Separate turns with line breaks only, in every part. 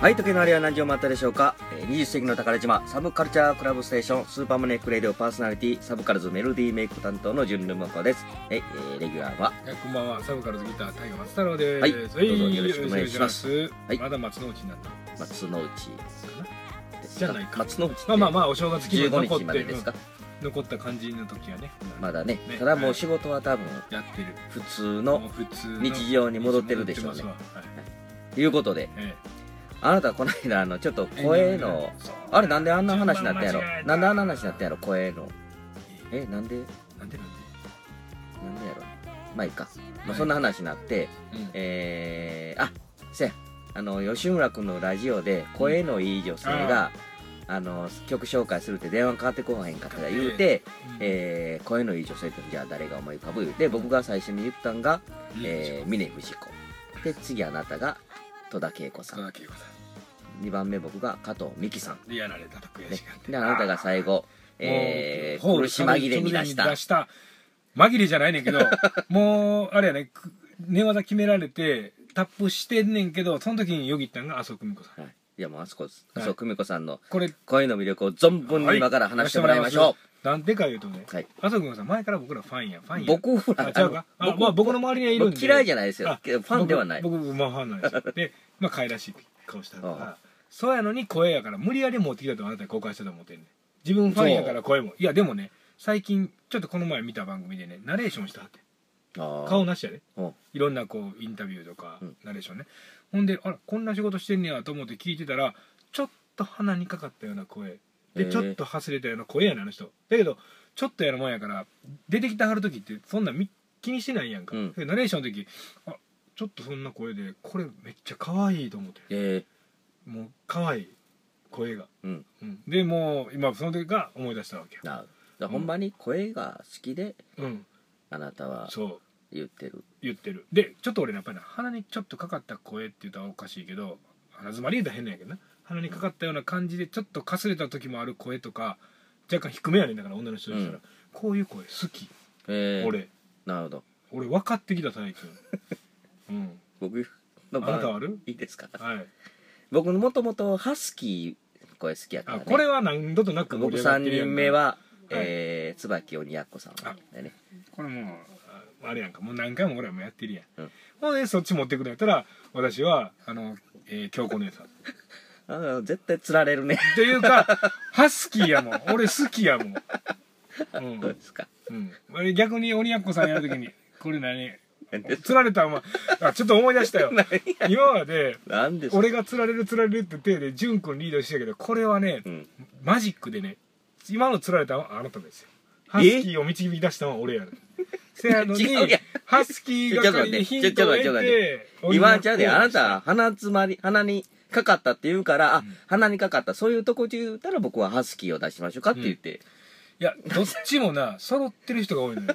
はい、時計のあれは何時を待ったでしょうか、えー ?20 世紀の宝島、サブカルチャークラブステーション、スーパーマネックレディオパーソナリティ、サブカルズメロディーメイク担当の純ルムコです。はい、えーレギュラーは、
えこんばんは、サブカルズギター、タイガー松太郎です。
はいどうぞよろしくお願いします
よろくお願いしま
はい
まだ松の内になってます。
松の内です
じゃないか
松の内って
まあまあまあ、お正月気分残
15
っ
日
て
までですか、
うん残った感じの時はね、
まだね
ね。
ただもう仕事は多分、
やってる。
普通
も
の
う、普通の
日常に戻ってるでしょうね
戻ってますわはい
ということで、
え
あなたこの間、あの、ちょっと
え
声の、、
そう
あれなんであんな話になったんやろ
順番間違え
なんであんな話になったんやろ声の。
え
え、なんで、
なんでなんで
なんでやろまあいいか。ま
は
あ
い
そんな話になって、
うん
えー、あせやあの吉村君のラジオで声のいい女性が、あの曲紹介するって電話かかってこうへんかったら言うて、えー声のいい女性ってじゃあ誰が思い浮かぶ言うて僕が最初に言ったんが、
うん
えー、峰不二子で次あなたが戸田恵子さ
塚
ん
田恵子さ
2番目僕が加藤美樹さん
んでやられたと悔しがって
であなたが最後えー、苦し紛れに出した
た紛れじゃないね んけどもうあれやねく寝技決められてタップしてんねんけどその時によぎったんが麻生久美子さん
はい、いやもうあそこです
はい
麻生久美子さんの
これ
声の魅力を存分に今から話してもらいましょう、
なんでか言うとね
はい
麻生久美子さん前から僕らファンやファンや
僕ほら
あ、ちゃうか
あの
あまあ僕の周りにはいるんで
僕嫌いじゃないですよ
あ
けどファンではない
僕僕まあファンなんですよで まあ可愛らしい顔したか
ああ
らそうやのに声やから無理やり持ってきたとあなたに公開したと思ってんねん自分ファンやから声もいやでもね最近ちょっとこの前見た番組でねナレーションしたはって
顔
顔なしやでいろんなこうインタビューとか
うん
ナレーションね、ほんであらこんな仕事してんねやと思って聞いてたらちょっと鼻にかかったような声
へ
で
え
ちょっと外れたような声やねんあの人だけどちょっとやるもんやから出てきたはる時ってそんなんみ気にしてないやんか、
うん
でナレーションの時あちょっとそんな声でこれめっちゃ可愛いと思って
え
もう可愛い声が、
ーうん
うん、でもう今その時が思い出したわけよ、
なだほんまに声が好きで
うん、
あなたは
そう
言ってる
言ってるでちょっと俺ねやっぱりね鼻にちょっとかかった声って言ったらおかしいけど鼻づまり言うたら変なんやけどな鼻にかかったような感じでちょっとかすれた時もある声とか若干低めやねんだから女の人にしたら、
うん
こういう声好き、
えー
俺
なるほど
俺分かってきた最近うん
僕
あ
の
なた
番
ある
いいですか
はい
僕もともとハスキー声好きやから
あ
ね
これは何度となく
僕
盛り上がっ
3
てるやんか
人目は
はい
えー椿鬼奴さんでね
これもうああれやんかもう何回も俺らもやってるやん、
うん
ほんでそっち持ってくれたら私はあの、えー京子姉さん
あー絶対釣られるね
っていうかハスキーやもん俺好きやもん うん
どうですか
うん俺逆に鬼奴さんやるときにこれ何
何です
釣られたお前あちょっと思い 出したよ今まで
何ですか
俺が釣られる釣られるって手で潤君リードしてたけどこれはね、
うん
マジックでね今の釣られたのはあなたですよハスキーを導き出したのは俺やねせやの に
違うやん
ハスキーが仮にヒントを得
ちょっと待
て
今ちゃうであなた鼻詰まり鼻にかかったって言うからあ
ん
鼻にかかったそういうとこで言うたら僕はハスキーを出しましょうかって言って
いやどっちもな揃ってる人が多いのよ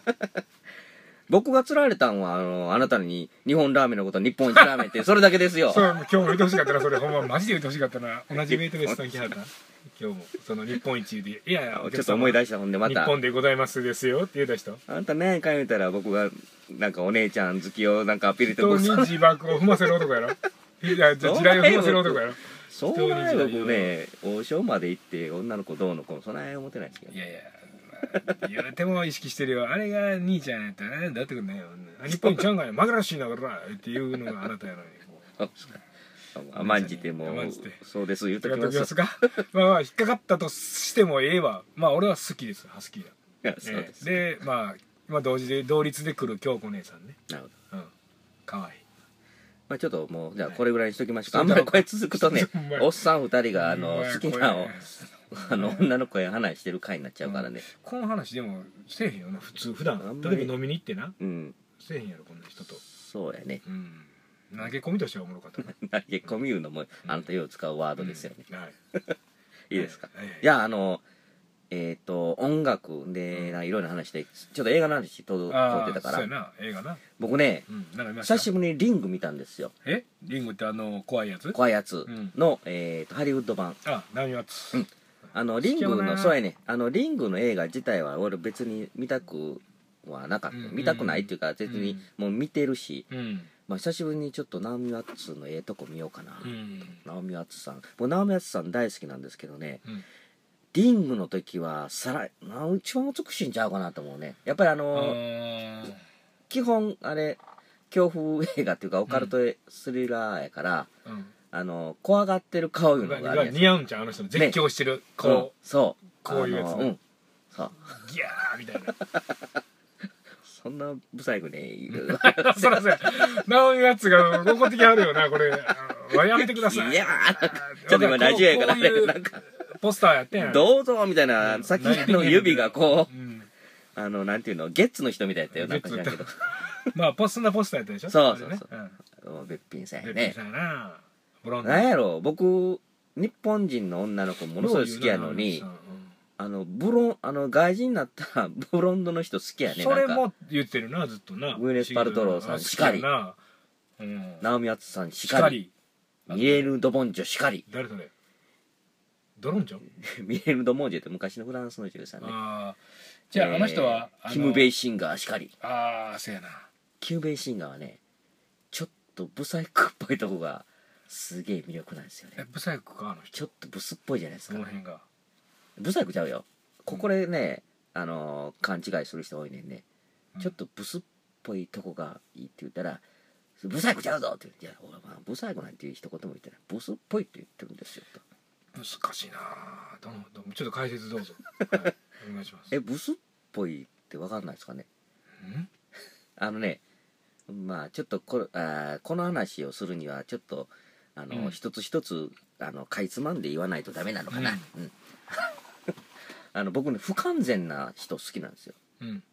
僕が釣られたんはあのあなたに日本ラーメンのこと日本一ラーメン ってそれだけですよ
そう、今日も言ってほしかったな、それ、ほんま、マジで言ってほしかったな、同じメイトベー スさん来はった。今日も、その日本一で、いやいや、お
ちょ
客様
っと思い出したほんでま
日
た
本でございますですよって言うた人。
あんた何回言うたら僕がなんかお姉ちゃん好きをなんかアピールして
人
僕
に自爆を踏ませる男やろ。いや、じゃあ地雷を踏ませる男やろ。
そんなに僕ね王将まで行って女の子どうのこうのそんなに思ってないですけど
いやいや、まあ言うても意識してるよ。あれが兄ちゃんやったら、なんだってことないよ。あ日本一ちゃうんかい、マグらしいな、こらっていうのがあなた やのに。
あそうですか甘んじても
甘ん
う
じて
そうです言うと
や
き
っと
ま
きます
す
か。まあまあ、引っかかったとしてもええわ。まあ、俺は好きです、ハスキーだ。
いやそう
え
です
えでまあ今同時で同率で来る京子姉さんね
なるほど
うんかわいい
まあちょっともうじゃあこれぐらいにしときましょうかあ
は
ん
い
まり声続くと ね
ほんまや
おっさん2人があ
う
の
ん
好き
こ
な
れ
を あの女の子や話してる回になっちゃうからね
この話でもせえへんよな普通普
あん
段
ま
例
り
えば飲みに行ってな
うん
せえへんやろこんな人と
そうやね
うん投げ込みとしてはおもろかった な
投げ込みいうのもあなたよう使うワードですよね
うんはい
いいですか
はい
じゃああのえっと音楽でないろいろな話でちょっと映画の話と
あ
通ってた
あ
か
そう
ら
やな映画な
僕ね
うんなんか見ました
久しぶりにリング見たんですよ
えリングってあの怖いやつ
怖いやつ
うん
のえーとハリウッド版
あ何やつうん
あのリング
貴重
の
な
そうやねあのリングの映画自体は俺別に見たくはなかった、
うん
見たくないっていうか別にもう見てるし、まあ、久しぶりにちょっと直美ツのええとこ見ようかな、
うん
直美ツさんもう直美ツさん大好きなんですけどね
うん
リングの時はさらな一番美しいんちゃうかなと思うねやっぱりあ
あ
の
ー
基本あれ恐怖映画っていうかオカルトスリラーやから、
うん
あの怖がってる顔いうのがあるやん
似合うんちゃうあの人の絶叫してる
う
顔
んそう
こういうやつね
あのうんそう
ギャーみたいな
そんな不細工ね言う
そらそやなおやつが怒ってきはるよなこれあのやめてください
いやーちょっと今ラジオやから
こ
あ
うこう
れ
いう
なんか
ポスターやってんやう
どうぞみたいな先の指がこう
うん
あのなんていうのゲッツの人みたいだったよなんか知らんけ
ゲ
ど
まあポスそんなポスターやったでしょ
そうそうそう
あれね
うんべっぴんさん
うん
や
で
ね
ピザなブロン
なんやろ僕日本人の女の子ものすごい好きやのに
うん
あのブロンあの外人になったら ブロンドの人好きやね
そ
な
れ
んか
も言ってるなずっとな
ウィネスパルトローさんしかり
あ好きやなうん
直美敦さんし
し
か
か
り
り
ミレーヌ・ド・ボンジョしか り
誰それドロンジョン
ミレーヌ・ド・ボンジョって昔のフランスの女優さんね
ああじゃああの人は
えーキム・ベイ
シ
シンガーしかり
ああそうやな
キム・ベイシンガーはねちょっとブサイクっぽいとこがすげえ魅力なんですよ
え
ね
ブサイクかあの人
ちょっとブスっぽいじゃないです
そ
か
の辺が
ブサイクちゃうよここでね、あのー勘違いする人多いねんね、
うん
ちょっとブスっぽいとこがいいって言ったら「ブサイクちゃうぞ!」って言って「いや俺まあブサイクなんていう一言も言ってないブスっぽいって言ってるんですよ」と
難しいなどうもどうもちょっと解説どうぞ、はい、お願いし
「
ます
えブスっぽいって分かんないですかね?
ん」
あのねまあちょっとこあーこの話をするにはちょっとあの、
うん
一つ一つあのかいつまんで言わないとダメなのかな、うん あの僕ね不完全な人好きなんですよ
うん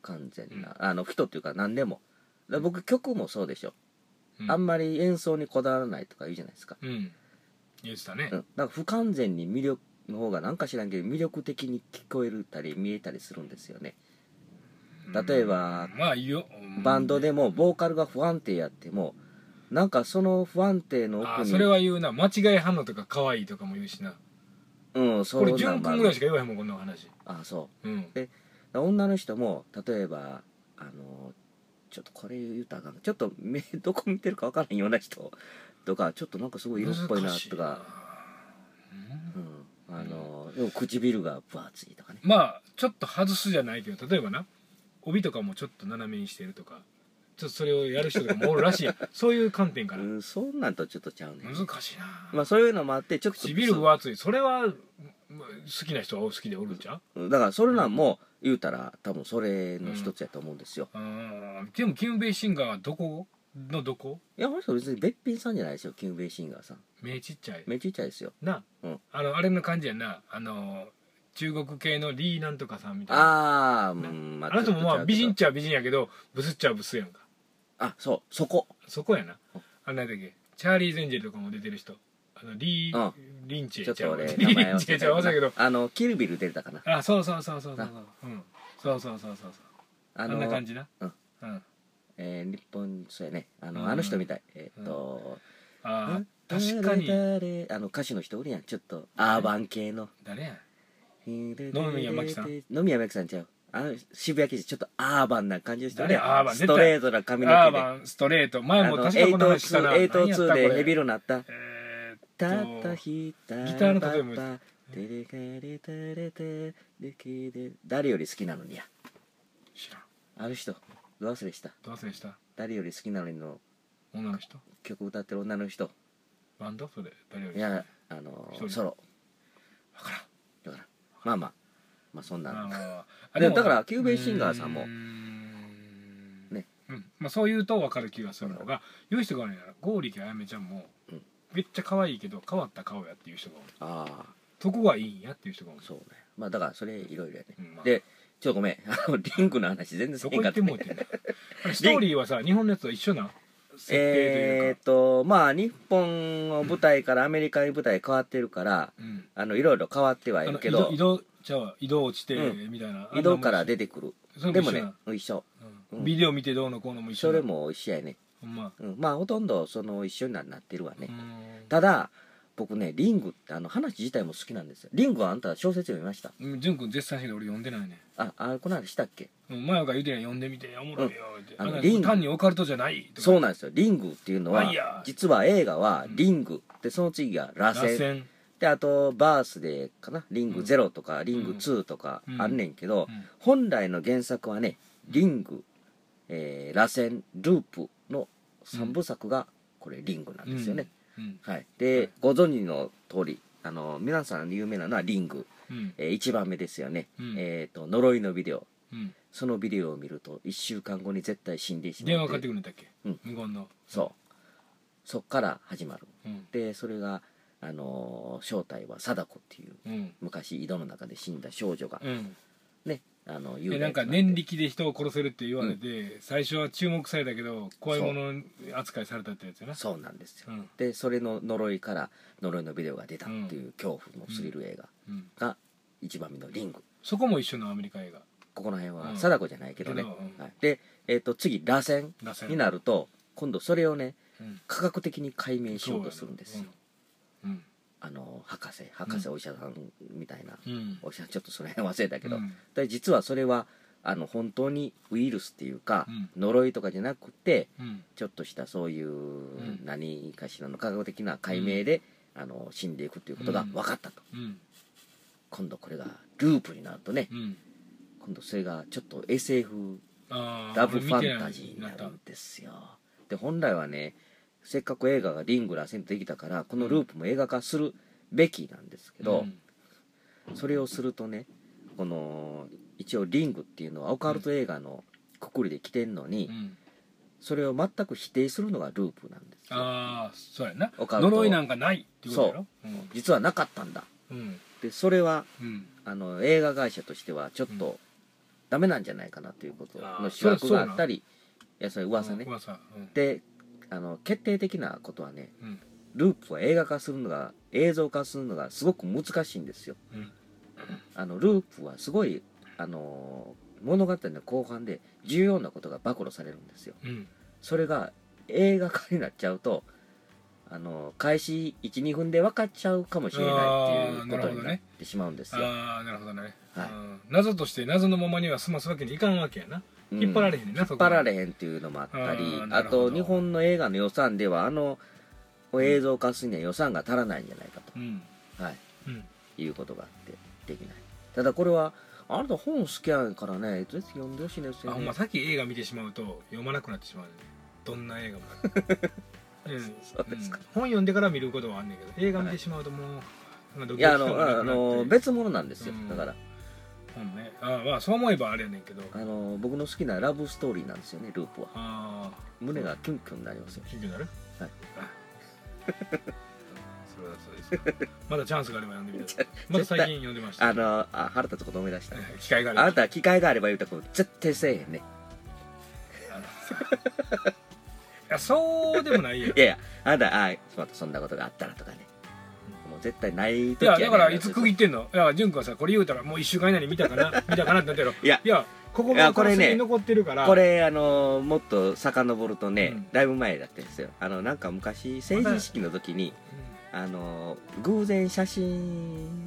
不完全な、あの人っていうか何でもだから僕曲もそうでしょ、あんまり演奏にこだわらないとか言うじゃないですか,、
うん言ってたね、
うん、だから不完全に魅力の方がなんか知らんけど魅力的に聞こえるたり見えたりするんですよね例えば
まあいいよ
バンドでもボーカルが不安定やってもなんかその不安定の
あ
奥
ー
に
それは言うな間違い反応とか可愛いとかも言うしな
うんそ
これ
う
潤君ぐらいしか言わへんもんこんな話
あそう
うん
だから女の人も例えばあのちょっとこれ言うたらあかんちょっと目 どこ見てるか分からんような人とかちょっとなんかすごい色っぽいな
難し
とか
うん
うん、あのでも唇が分厚いとかね
まあちょっと外すじゃないけど例えばな帯とかもちょっと斜めにしてるとかちょっとそれをやる人とかもおるらし いやんそういう観点から
う
難
んそんなんとちょっとちゃうね
しいな
まあそういうのもあってちょっと
唇分厚いそれはま好きな人は好きでおるんちゃう
そうだからそれなんも言うたら多分それの一つやと思うんですよ、
うんでもキム・ベイシンガーはどこのどこ
いやあの人別にべっぴんさんじゃないですよキム・ベイシンガーさん
目ちっちゃい
めちゃちゃいですよ
な、
うん
あのあれの感じやんなあの中国系のリーなんとかさんみたいな
あ
あ
あうんま
の人もまあ美人っ
ちょっとちゃうけど
ちゃ美人やけどブスっちゃブスやんか
あそうそこ
そこやな
うん
あんなんだっけチャーリー・ゼンジェルとかも出てる人あのリー、
うん
リンチ
ちょ
ェ
っと
うリ
俺名
ン
前忘れ
チ
た
ェ
け
ちゃ
ど
う忘れたけ ど
あのキルビル出てたかな
あそうそうそうそうそうそう
な
うんそうそうそうそうそう
あ
あんな
の
感じな
うん
うん
えー日本そうやねあ
う
の
ん
あの人みたいえーっとう
あー
ん
確かに
誰々あの歌手の人おるやんちょっとアーバン系の
誰や
野
宮真紀さん
野宮真紀さんちゃうあの渋谷記事ちょっとアーバンな感じの人
誰アーバン
ストレートな髪の毛
アー
で
バンストレート
あ
前も
の
確かこの話したな何やったこ
802,
れ
でヘビロになった
えー
「たったひた
ギターの例えも
パパテレカレタレタレケレ誰より好きなのにや
知らん
あの人ど忘れした
どうせした
誰より好きなのにの
女の人
曲歌ってる女の人
バンドそれ誰より
いやあの
一人
ソロ
分から
だ
ん
からまあまあまあそんな
あー
でもだからキューベイシンガーさんも
うーん
ね
うんまあ、そう言うと分かる気がするのが言う人がね剛力あやめちゃんも、
うん
めっちゃ可愛いけど変わった顔やっていう人がおる
ああ
そこがいいんやっていう人がおる
そうねまあだからそれいろいろやね
うんまあ
でちょっとごめんあのリンクの話全然
ど
せ
こ
ん
行
かっ
ったても うてんのあれストーリーはさ日本のやつと一緒なん設定とい
え
う
ー、
か、
っとまあ日本の舞台からアメリカの舞台変わってるから、
うん、
あのいろいろ変わっては
あ
い
の
るけ
移
ど
動移動じゃあ移動落ちて
う
みたいな、
移動から
で
出てく
それ
る
も
でも
一緒や
ね一緒うん
ビデオ見てどうのこうのも一緒
そ
な
れも一緒やね、
ほんま
うん、まあほとんどその一緒になってるわ
う
ね、
ん
ただ僕ねリングってあの話自体も好きなんですよリングはあんた小説読みました
うん潤君絶賛してるけど俺読んでないね
ああこの話したっけ
うん前が言うてんやん読んでみておもろいよって、
うんあの
なんか
リング
単にオカルトじゃないとか
そうなんですよリングっていうの
フ
は
ァイヤー
実は映画は
うん
リングでその次が螺
螺
旋
旋
であとバースデーかなリング0とかリング2とか
うん
あんねんけど
うん
本来の原作はねリング、えー、螺旋ループの3部作がこれリングなんですよね、
うん
はい、で、
はい
ご存知の通りあの皆さん有名なのはリング、
うん
えー、1番目ですよね、
うん
えー、と呪いのビデオ
うん
そのビデオを見ると1週間後に絶対死んでし
電
ま
話
う
かかっててくるんだっけ、
うん
無言の
そうそっから始まる
うん
でそれが、あのー正体は貞子っていう
うん
昔井戸の中で死んだ少女が
うん
ね、あの有
え
名
なんか念力で人を殺せるって言われて、最初は注目されたけど怖い
そう
もの扱いされたってやつやな
そうなんですよ
うん
でそれの呪いから呪いのビデオが出たっていう恐怖のスリル映画
うん、
が一番目のリング
そこも一緒のアメリカ映画
ここの辺
う
は
ん
貞子じゃないけどね、
けどうん
はい、で、えー、と次螺旋
螺旋
になると今度それをね
うん
科学的に解明しようとするんですよ、
うん
あの博士博士お医者さんみたいな、
うん
お医者ちょっとその辺忘れたけど、
うん
で実はそれはあの本当にウイルスっていうか、
うん
呪いとかじゃなくて
うん
ちょっとしたそうい
ん
う何かしらの科学的な解明で、あの死んでいくっていうことが分かったと、
うん
今度これがループになるとね
うん
今度それがちょっと SF
あー
ラブ
俺
フ
見てない
ァンタジーにな
った
るんですよで本来はねせっかく映画が「リング」らせんとできたからこのループも映画化するべきなんですけど、
うん
それをするとねこの一応「リング」っていうのはオカルト映画のくくりで来てんのに、
うん
それを全く否定するのがループなんですよ
ああそうやな
オカルト
呪いなんかないってことやろうん
実はなかったんだ
うん
でそれは
うん
あの映画会社としてはちょっ
う
とダメなんじゃないかなということ
あー
の主役があったりいやそれ噂ね、
噂うん
であの決定的なことはね
うん
ループは映画化するのが映像化するのがすごく難しいんですよ
うん
あのループはすごいあの物語の後半で重要なことが暴露されるんですよ
うん
それが映画化になっちゃうとあの開始12分で分かっちゃうかもしれないっていうことになってしまうんですよ、
ああなるほどね、
はい
うん謎として謎のままには済ますわけにいかんわけやな、
うん
引っ張られへんねんなそ
引っ
こ
張られへんっていうのもあったり
あーな
あ
るほど
と日本の映画の予算ではあの映像化するには予算が足らないんじゃないかと、
うん
はい、
うん
いうことがあってできないただこれはあなた本好きやからねぜひ読んでほしいんです
あ
よ
ほん
ね
まさっき映画見てしまうと読まなくなってしまうねどんな映画も、 うん
そうですか
ん本読んでから見ることはあんねんけど映画見てしまうともう、なんかド
い
キド
や
キ
あ
感がな
のあ
くなって
の別物なんですよ
うん
だから
本ねあーまあそう思えばあれやねんけど
あの僕の好きなラブストーリーなんですよねループは
あ
胸がキュンキュンになりますよ
あ緊急になる
はい
あそれはそうですかまだチャンスがあれば読んでみたいまだ最近読んでました
あのあ腹立つこと思い出した
えー機会があ
あ
れば
なたは機会があれば言うたこと絶対せえへんね
あのさいやそうでもないよ
いやいやあなたあまたそんなことがあったらとかねもう絶対ない
い
時
や
ね
だからいつ区切ってんのいや潤君はさこれ言うたらもう1週間以内に見たかな 見たかなってなったやろ
いや
いやここ
い
が
や
こ
こ
れ
れね
に残ってるから
これあのもっと遡るとね、
うん
だいぶ前だったんですよあのなんか昔成人式の時に、あの偶然写真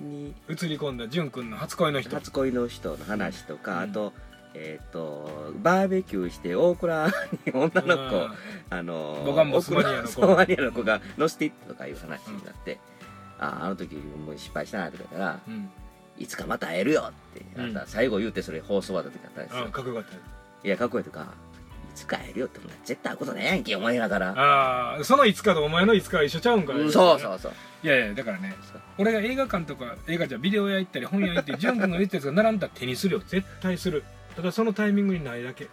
に
うん映り込んだ潤君の初恋の人
初恋の人の話とか、
うん
あとえっ、とバーベキューして大倉に女の子、
うん
あの
僕はもうソマリアの子
ソマリアの子が乗せていったとかいう話になって、あああの時もう失敗したなとか言ったら
うん
いつかまた会えるよって
うん
あなた最後言うてそれ放送終わった時だったんですよ、
あかっこよかったよ
いやかっこいいとかいつか会えるよってもう絶対会うことないやんけお前らから
ああそのいつかとお前のいつかは一緒ちゃうんか
うんそう
う
そうそう
いやいやだからね
そう
俺が映画館とか映画じゃビデオ屋行ったり本屋行って 潤君が出てたやつが並んだら手にするよ絶対するただそのタイミングにないだけう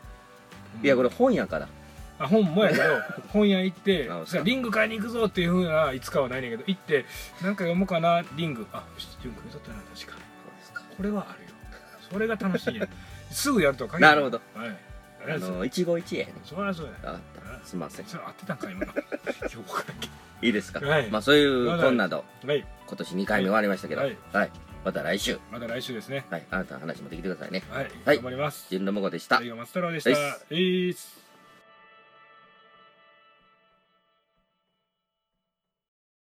ん
いやこれ本やから
あ本も やけど本屋行って
あそう
さリング買いに行くぞっていうふうないつかはないねんけど行ってなんか読もうかなリングあよしリング取ったな確かこれはあるよそれが楽し いやすぐやるとは限ら
なるほど
はいあ
あ
れそう
の一期一会やね
そりゃそうや
分かったすみません
それ合ってたんか今 の今日わからんけ
いいですか、
はい
まあそういうこんなど
どはい
今年2回目終わりましたけど
は
はいい、また来週
また来週ですね
はいあなたの話もできてくださいね
はい、
はい
頑張ります
順のもこでした、
映画松太郎でした、
はい
えいっす